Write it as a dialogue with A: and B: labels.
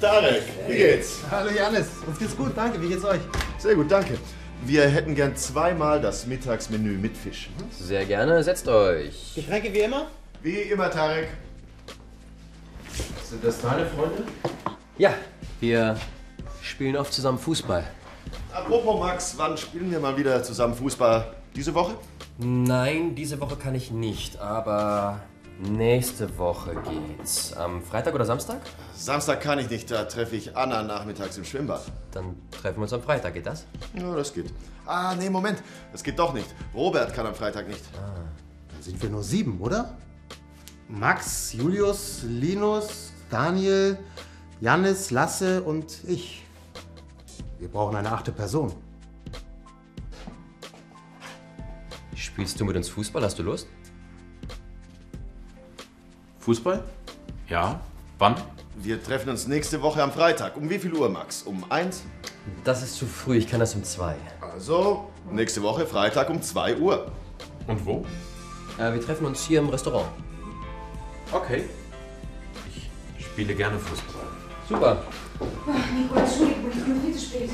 A: Tarek, wie geht's?
B: Hallo Janis, uns geht's gut, danke. Wie geht's euch?
A: Sehr gut, danke. Wir hätten gern zweimal das Mittagsmenü mit Fisch.
C: Sehr gerne, setzt euch.
B: Getränke wie immer?
A: Wie immer, Tarek.
D: Sind das deine Freunde?
C: Ja, wir spielen oft zusammen Fußball.
A: Apropos Max, wann spielen wir mal wieder zusammen Fußball? Diese Woche?
C: Nein, diese Woche kann ich nicht, aber nächste Woche geht's. Am Freitag oder Samstag?
A: Samstag kann ich nicht, da treffe ich Anna nachmittags im Schwimmbad.
C: Dann treffen wir uns am Freitag, geht das?
A: Ja, das geht. Ah, nee, Moment, das geht doch nicht. Robert kann am Freitag nicht.
B: Dann sind wir nur sieben, oder? Max, Julius, Linus, Daniel, Janis, Lasse und ich. Wir brauchen eine achte Person.
C: Spielst du mit uns Fußball? Hast du Lust?
D: Fußball? Ja. Wann?
A: Wir treffen uns nächste Woche am Freitag. Um wie viel Uhr, Max? Um eins?
C: Das ist zu früh, ich kann das um zwei.
A: Also, nächste Woche Freitag um 2 Uhr.
D: Und wo?
C: Äh, wir treffen uns hier im Restaurant.
D: Okay. Ich spiele gerne Fußball.
C: Super.
E: Nico, Entschuldigung, ich bin viel zu spät.